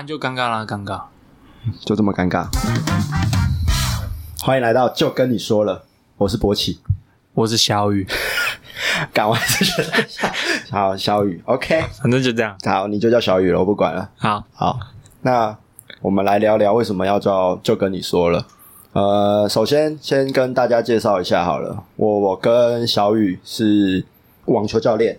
那啊就尴尬啦，尴尬。就这么尴尬。欢迎来到就跟你说了，我是博 奇，我是小雨，赶完这个，好，小雨，OK， 反正就这样。好，你就叫小雨了，我不管了。好，好，那我们来聊聊为什么要叫就跟你说了。呃，首先先跟大家介绍一下好了，我我跟小雨是网球教练，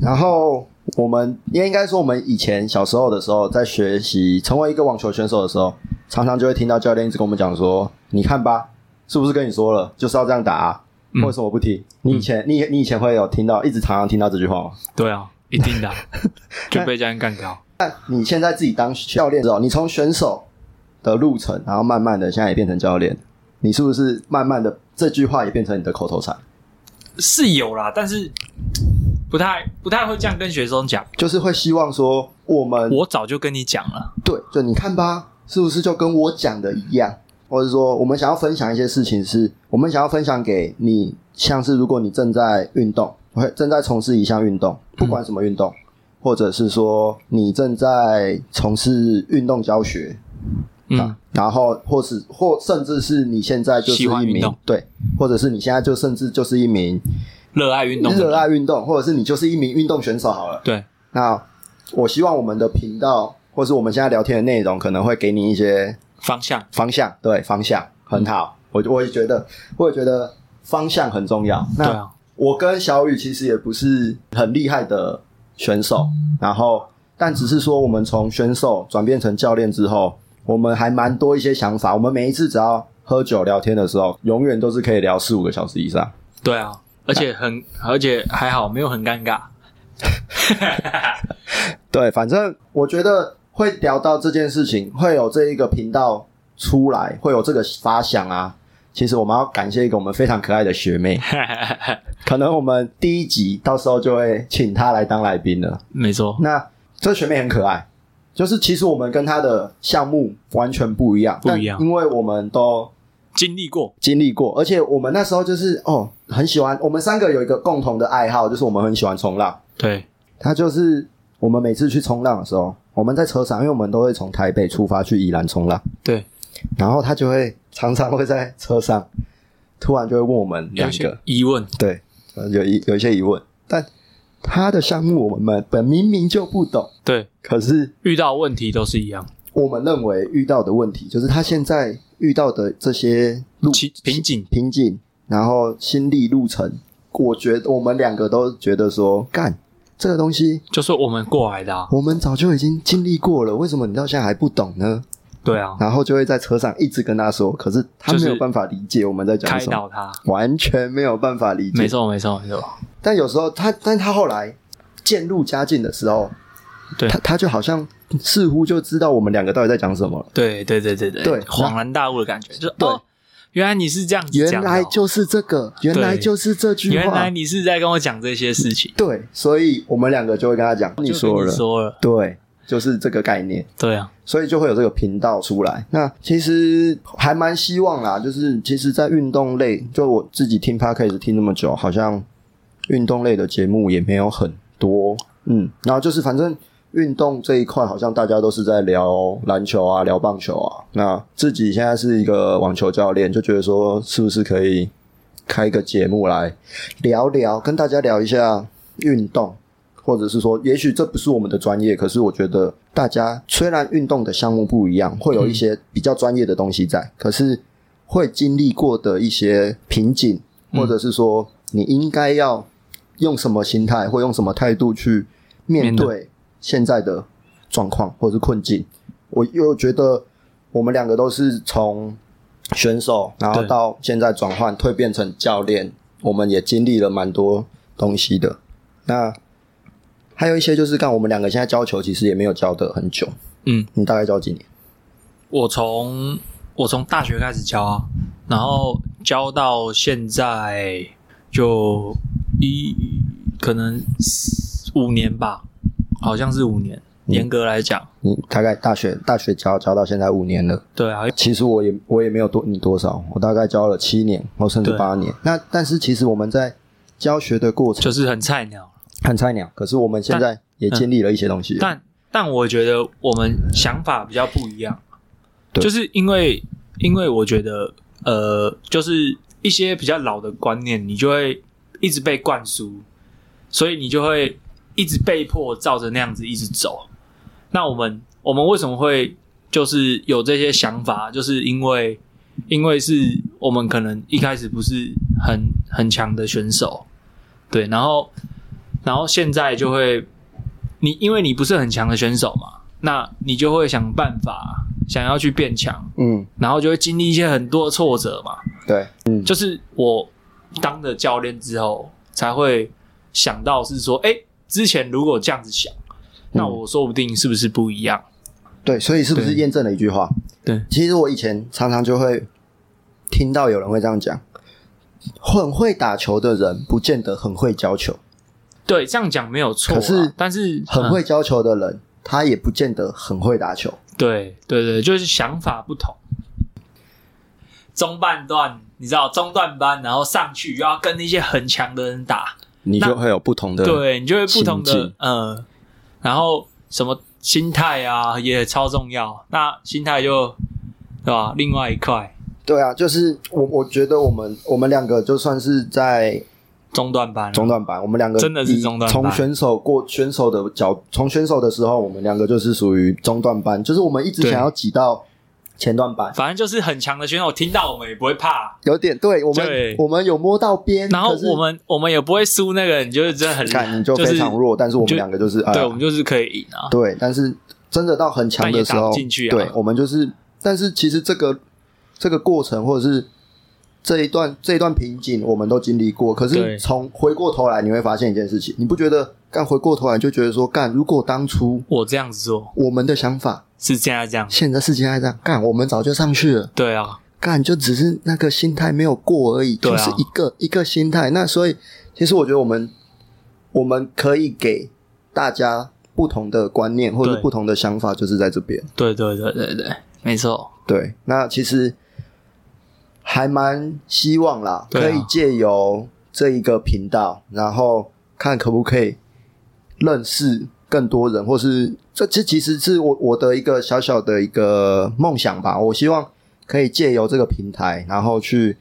然后我们应该说我们以前小时候的时候，在学习成为一个网球选手的时候，常常就会听到教练一直跟我们讲说：“你看吧，是不是跟你说了就是要这样打、啊？嗯为什么不听？”你以前你你以前会有听到一直常常听到这句话吗？对啊，一定 的啊，就被家人干掉。你现在自己当教练之后，你从选手的路程，然后慢慢的现在也变成教练，你是不是慢慢的这句话也变成你的口头禅？是有啦，但是不太不太会这样跟学生讲。就是会希望说我们我早就跟你讲了，对，就你看吧，是不是就跟我讲的一样？或者说，我们想要分享一些事情是，我们想要分享给你，像是如果你正在运动，会正在从事一项运动，不管什么运动，或者是说你正在从事运动教学，嗯，然后或是或甚至是你现在就是喜欢一运名动对，或者是你现在就甚至就是一名热爱运动的热人，爱运动，或者是你就是一名运动选手好了。对，那我希望我们的频道或是我们现在聊天的内容，可能会给你一些方向方向，对方向很好。我我也觉得，我也觉得方向很重要。对那啊，我跟小雨其实也不是很厉害的选手，然后但只是说我们从选手转变成教练之后，我们还蛮多一些想法。我们每一次只要喝酒聊天的时候，永远都是可以聊四五个小时以上。对啊，而且很而且还好，没有很尴尬。对，反正我觉得会聊到这件事情，会有这一个频道出来，会有这个发想啊。其实我们要感谢一个我们非常可爱的学 妹，可能我们第一集到时候就会请她来当来宾了。没错，那这学妹很可爱，就是其实我们跟她的项目完全不一样，不一样但因为我们都经历过，经历过，而且我们那时候就是哦，很喜欢我们三个有一个共同的爱好，就是我们很喜欢冲浪。对，他就是我们每次去冲浪的时候，我们在车上，因为我们都会从台北出发去宜兰冲浪，对，然后他就会常常会在车上突然就会问我们有两一个些，疑问，对，呃有一有一些疑问，但他的项目我们本明明就不懂，对，可是遇到问题都是一样，我们认为遇到的问题就是他现在遇到的这些路其瓶颈，瓶颈，然后心力路程，我觉得我们两个都觉得说干。这个东西就是我们过来的啊，我们早就已经经历过了，为什么你到现在还不懂呢？对啊，然后就会在车上一直跟他说，可是他就是没有办法理解我们在讲开什么，导他，完全没有办法理解。没，错，没错，没错，但有时候他，但他后来渐入佳境的时候，对他他就好像似乎就知道我们两个到底在讲什么了。对对对对对，对恍然大悟的感觉，就是对哦，原来你是这样子原讲的哦，来就是这个，原来就是这句原来话。你是在跟我讲这些事情，对，所以我们两个就会跟他讲，就说跟了，你说了，对，就是这个概念。对啊，所以就会有这个频道出来。那其实还蛮希望啦，就是其实，在运动类，就我自己听 podcast 听那么久，好像运动类的节目也没有很多，嗯，然后就是反正。运动这一块好像大家都是在聊篮球啊，聊棒球啊。那自己现在是一个网球教练，就觉得说是不是可以开一个节目来聊聊，跟大家聊一下运动或者是说，也许这不是我们的专业，可是我觉得大家虽然运动的项目不一样，会有一些比较专业的东西在，可是会经历过的一些瓶颈，嗯或者是说你应该要用什么心态或用什么态度去面面对现在的状况或是困境。我又觉得我们两个都是从选手，然后对到现在转换蜕变成教练，我们也经历了蛮多东西的。那还有一些就是，干我们两个现在教球，其实也没有教的很久。嗯，你大概教几年？我从我从大学开始教啊，然后教到现在就一可能五年吧，好像是五年，嗯严格来讲，你大概大学大学教教到现在五年了。对啊，其实我也我也没有多你多少，我大概教了七年或甚至对八年。那但是其实我们在教学的过程就是很菜鸟，嗯很菜鸟，可是我们现在也经历了一些东西。但但我觉得我们想法比较不一样，对就是因为因为我觉得呃，就是一些比较老的观念，你就会一直被灌输，所以你就会一直被迫照着那样子一直走。那我们我们为什么会就是有这些想法，就是因为因为是我们可能一开始不是很很强的选手，对，然后然后现在就会你因为你不是很强的选手嘛，那你就会想办法想要去变强，嗯，然后就会经历一些很多的挫折嘛。对，嗯，就是我当了教练之后，才会想到是说，哎、之前如果这样子想，那嗯我说不定是不是不一样？对，所以是不是对验证了一句话？对，其实我以前常常就会听到有人会这样讲：很会打球的人不见得很会教嗯球，对，这样讲没有错啊，可是但是很、嗯会教球的人他也不见得很会打球。对对对，就是想法不同。中半段你知道中段班，然后上去又要跟那些很强的人打，你就会有不同的对你就会不同情的境呃，然后什么心态啊也超重要。那心态就对吧？另外一块对啊，就是我我觉得我们我们两个就算是在中段班啊、中段班，我们两个真的是以中段班从选手过选手的角，从选手的时候，我们两个就是属于中段班，就是我们一直对想要挤到前段班，反正就是很强的选手，听到我们也不会怕，有点对我们对我们有摸到边，然后可是我们我们也不会输那个人，就是真的很看厉你就非常弱，但是我就们两个就是害，啊，对我们就是可以赢啊，对，但是真的到很强的时但也打候不进去，啊对我们就是，但是其实这个这个过程或者是。这一段这一段瓶颈我们都经历过，可对是从回过头来你会发现一件事情，你不觉得干回过头来就觉得说干，如果当初我这样子做我们的想法，是现在这样，现在世界还这样干，我们早就上去了，对啊，干就只是那个心态没有过而已，对啊就是一个一个心态。那所以，其实我觉得我们我们可以给大家不同的观念或者对不同的想法，就是在这边。对对对对对，没错，对，那其实还蛮希望啦，对啊可以借由这一个频道，然后看可不可以认识更多人，或是这这其实是我我的一个小小的一个梦想吧。我希望可以借由这个平台，然后去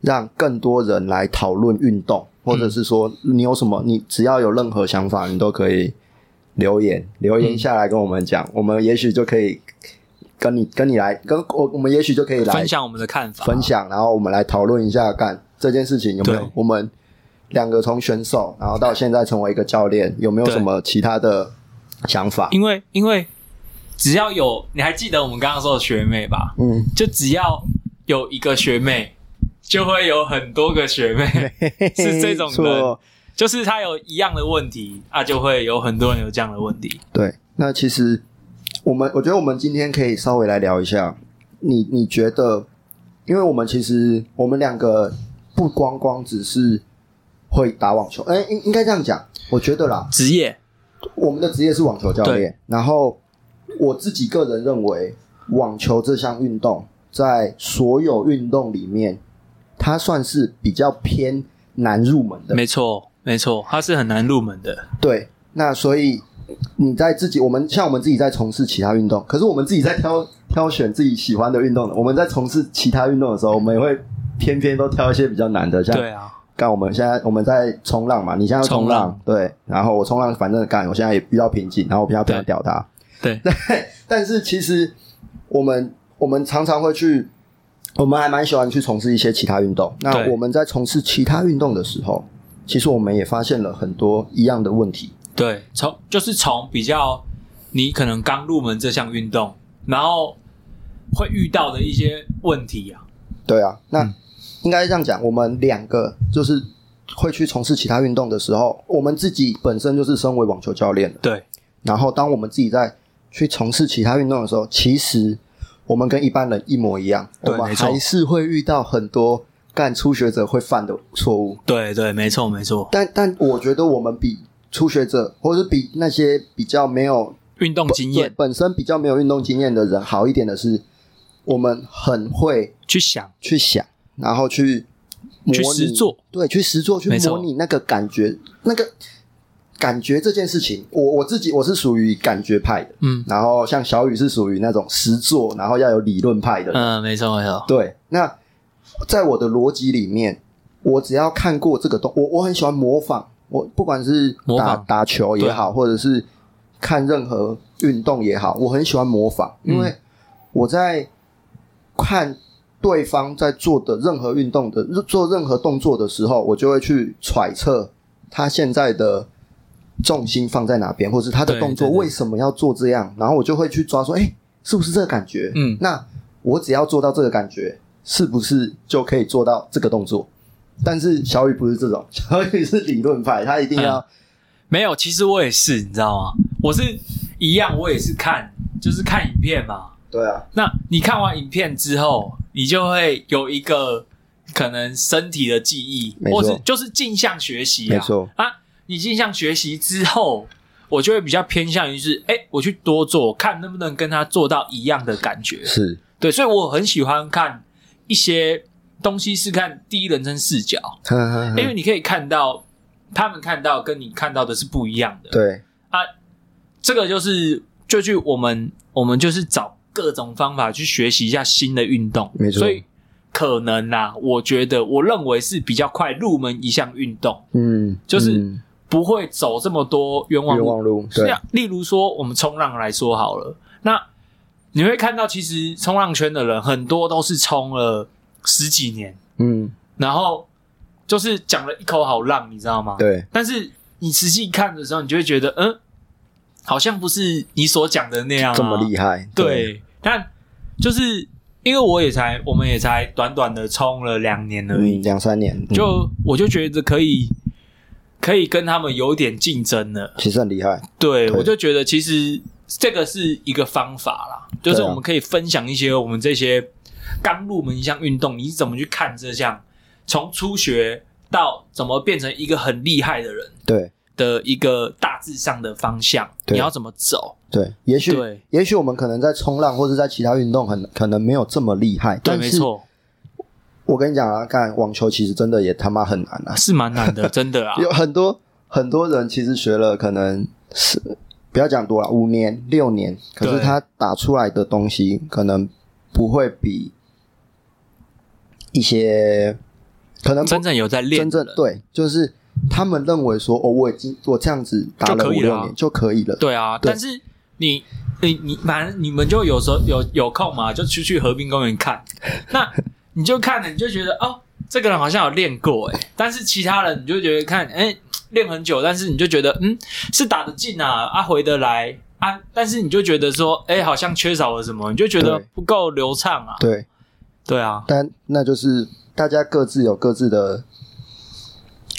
让更多人来讨论运嗯动，或者是说你有什么，你只要有任何想法，你都可以留言留言下来跟我们讲，嗯我们也许就可以跟你跟你来跟我我们也许就可以来分享我们的看法，分享，然后我们来讨论一下干这件事情有没有对我们两个从选手，然后到现在成为一个教练，有没有对什么其他的想法？因为因为只要有，你还记得我们刚刚说的学妹吧？嗯，就只要有一个学妹，就会有很多个学妹，是这种没错就是她有一样的问题，啊，就会有很多人有这样的问题。对。那其实我们我觉得我们今天可以稍微来聊一下，你你觉得，因为我们其实我们两个不光光只是会打网球，哎、应应该这样讲，我觉得啦，职业，我们的职业是网球教练对，然后我自己个人认为，网球这项运动在所有运动里面，它算是比较偏难入门的。没错没错，它是很难入门的。对，那所以你在自己，我们像我们自己在从事其他运动，可是我们自己在挑挑选自己喜欢的运动的，我们在从事其他运动的时候，我们也会偏偏都挑一些比较难的，像对啊，干，我们现在我们在冲浪嘛，你现在要冲冲浪浪，对，然后我冲浪，反正干，我现在也遇到瓶颈，然后我比较不想对屌他，对但是其实我们我们常常会去，我们还蛮喜欢去从事一些其他运动。那对我们在从事其他运动的时候，其实我们也发现了很多一样的问题，对，从就是从比较你可能刚入门这项运动，然后会遇到的一些问题啊。对啊，那、嗯应该这样讲，我们两个就是会去从事其他运动的时候，我们自己本身就是身为网球教练的。对然后当我们自己在去从事其他运动的时候，其实我们跟一般人一模一样，我对们没错还是会遇到很多干初学者会犯的错误。对对，没错没错，但但我觉得我们比初学者，或者是比那些比较没有运动经对验本身比较没有运动经验的人好一点的是，我们很会去想，去想，然后去模拟去实做，对，去实做，去没错模拟那个感觉，那个感觉这件事情，我我自己我是属于感觉派的，嗯然后像小雨是属于那种实做，然后要有理论派的人。嗯，没错没错，对，那在我的逻辑里面，我只要看过这个东，我我很喜欢模仿。我不管是模打仿打球也对好，或者是看任何运动也好，我很喜欢模仿，因嗯为我在看对方在做的任何运动的做任何动作的时候，我就会去揣测他现在的重心放在哪边，或是他的对动作对对为什么要做这样，然后我就会去抓说，哎、是不是这个感觉？嗯，那我只要做到这个感觉，是不是就可以做到这个动作？但是小雨不是这种， 小雨是理论派，他一定要、嗯没有，其实我也是，你知道吗？我是一样，我也是看，就是看影片嘛。对啊，那你看完影片之后，你就会有一个可能身体的记忆，没错或是就是镜像学习、啊，没错啊。你镜像学习之后，我就会比较偏向于是，哎、我去多做，看能不能跟他做到一样的感觉。是对，所以我很喜欢看一些东西是看第一人称视角，嗯因为你可以看到他们看到跟你看到的是不一样的。 对，这个就是就去我们我们就是找各种方法去学习一下新的运动，没错所以可能啦、我觉得我认为是比较快入门一项运动，嗯，就是嗯不会走这么多冤枉冤路。枉路，是对啊，例如说我们冲浪来说好了，那你会看到其实冲浪圈的人很多都是冲了十几年，嗯，然后就是讲了一口好浪，你知道吗？对，但是你仔细看的时候，你就会觉得，嗯，好像不是你所讲的那样、啊，这么厉害，对，但就是因为我也才，我们也才短短的冲了两年而已，嗯，两三年，嗯就我就觉得可以，可以跟他们有点竞争了。其实很厉害，对，对我就觉得其实这个是一个方法啦，就是对啊我们可以分享一些我们这些刚入门一项运动，你是怎么去看这项，从初学到怎么变成一个很厉害的人对的一个大致上的方向，对你要怎么走？对，也许对也许我们可能在冲浪或者在其他运动很可能没有这么厉害，对，但没是错，我跟你讲啊，看网球其实真的也他妈很难啊，是蛮难 的，真的啊，有很多很多人其实学了可能是不要讲多了，五年六年，可是对他打出来的东西可能不会比一些可能不真正有在练真的正人，对，就是他们认为说哦，我已经我这样子打就了可五以了啊六年就可以了，对啊，对但是你。你你反正你们就有时候有有空嘛，就出去河滨公园 看。那你就看了，你就觉得哦，这个人好像有练过哎，但是其他人你就觉得看哎练很久，但是你就觉得嗯是打得进啊啊回得来啊，但是你就觉得说哎好像缺少了什么，你就觉得对不够流畅啊。对，对啊，但那就是大家各自有各自的。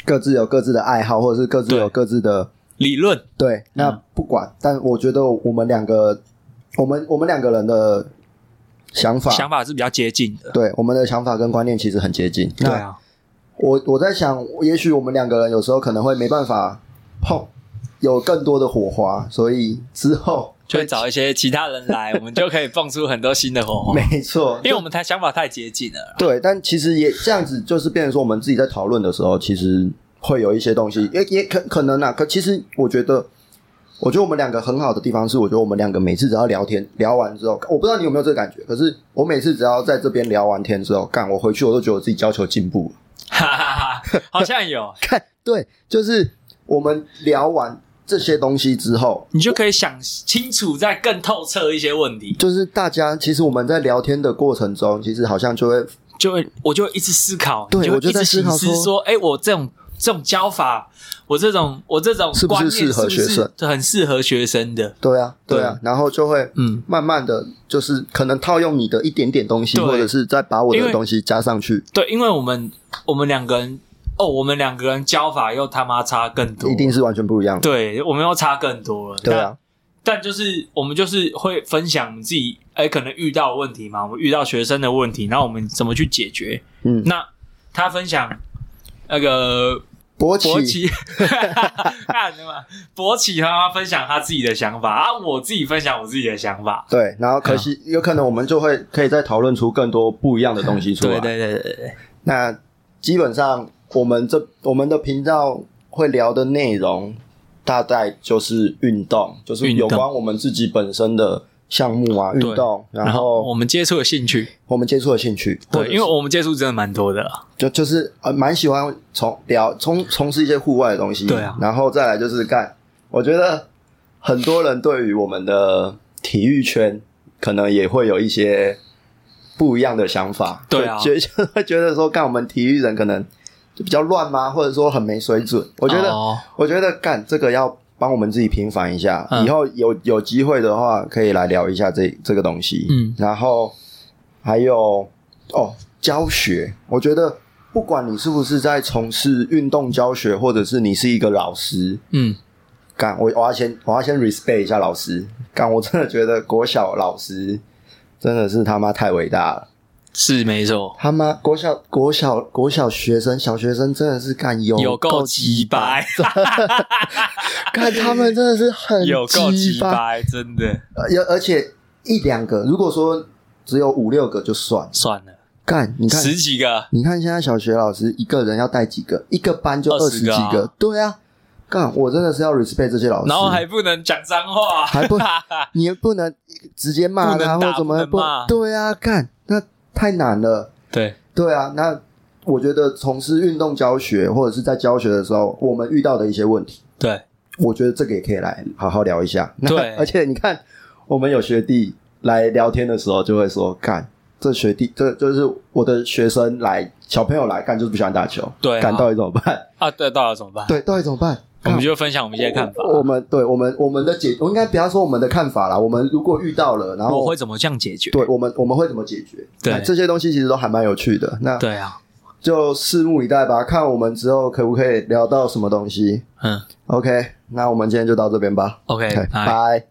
各自有各自的爱好，或者是各自有对各自的理论对，那嗯不管，但我觉得我们两个，我们我们两个人的想法，想法是比较接近的。对我们的想法跟观念其实很接近。对那啊，我我在想，也许我们两个人有时候可能会没办法碰，有更多的火花，所以之后就会找一些其他人来，我们就可以蹦出很多新的火花，没错，因为我们太想法太接近 了。对，但其实也这样子，就是变成说我们自己在讨论的时候，其实会有一些东西，也也可可能啊。可其实我觉得，我觉得我们两个很好的地方是，我觉得我们两个每次只要聊天聊完之后，我不知道你有没有这个感觉，可是我每次只要在这边聊完天之后，干我回去我都觉得我自己要求进步了。 哈哈哈，好像有，看，对，就是我们聊完这些东西之后，你就可以想清楚，再更透彻一些问题，就是大家其实我们在聊天的过程中，其实好像就会就会我就会一直思考，对你我就就会一在直思考醒说思说，哎、我这种这种教法，我这种我这种是不是观念适合学生，很适合学生的，对啊，对啊，然后就会嗯，慢慢的就是可能套用你的一点点东西，对或者是再把我因的为东西加上去，对，因为我们我们两个人，哦，我们两个人教法又他妈差更多，一定是完全不一样的。对，我们又差更多了，对啊，但就是我们就是会分享我们自己哎、可能遇到的问题嘛，我们遇到学生的问题，然后我们怎么去解决？嗯那他分享那个勃博起，奇， 看的嘛，博奇他分享他自己的想法啊，我自己分享我自己的想法。对，然后可啊惜有可能我们就会可以再讨论出更多不一样的东西出来。对对对，那基本上我们这我们的频道会聊的内容，大概就是运动，就是运有动关我们自己本身的项目啊，运对动，然然后我后们接触的兴趣，我们接触的兴趣，或对，者因为是我们接触真的蛮多的啦，就就是呃，蛮喜欢从聊从从事一些户外的东西，对啊然后再来就是干，我觉得很多人对于我们的体育圈可能也会有一些不一样的想法，对啊就 就会觉得说干我们体育人可能就比较乱吗，或者说很没水准，我我觉得、哦、我觉得干这个要帮我们自己平反一下，嗯以后有有机会的话，可以来聊一下这这个东西。嗯然后还有哦，教学，我觉得不管你是不是在从事运动教学，或者是你是一个老师，嗯，干我我要先我要先 respect 一下老师，干我真的觉得国小老师真的是他妈太伟大了。是没错，他妈国小国小国小学生小学生真的是干有有够鸡鸡巴，掰，看他们真的是很有够鸡巴，掰，真的而而且一两个，如果说只有五六个就算了，算了，干你看十几个，你看现在小学老师一个人要带几个，一个班就二20十几个啊对啊，干我真的是要 respect 这些老师，然后还不能讲脏话，还不你也不能直接骂不能他打或怎么不能骂对啊，干那太难了， 对，对啊，那我觉得从事运动教学或者是在教学的时候，我们遇到的一些问题。对，我觉得这个也可以来好好聊一下。那对 而且你看，我们有学弟来聊天的时候，就会说：“干，这学弟，这就是我的学生来，小朋友来干就是不喜欢打球，对啊干到底怎么办？啊，对，到底怎么办？ 对，到底怎么办？我们干就分享我们一些看法，我我们对我们我们的解，我应该不要说我们的看法啦。我们如果遇到了，然后我会怎么这样解决？对我们我们会怎么解决？对那这些东西其实都还蛮有趣的。那对啊，就拭目以待吧，看我们之后可不可以聊到什么东西。嗯 OK，那我们今天就到这边吧。 ，OK， OK，哎拜。拜。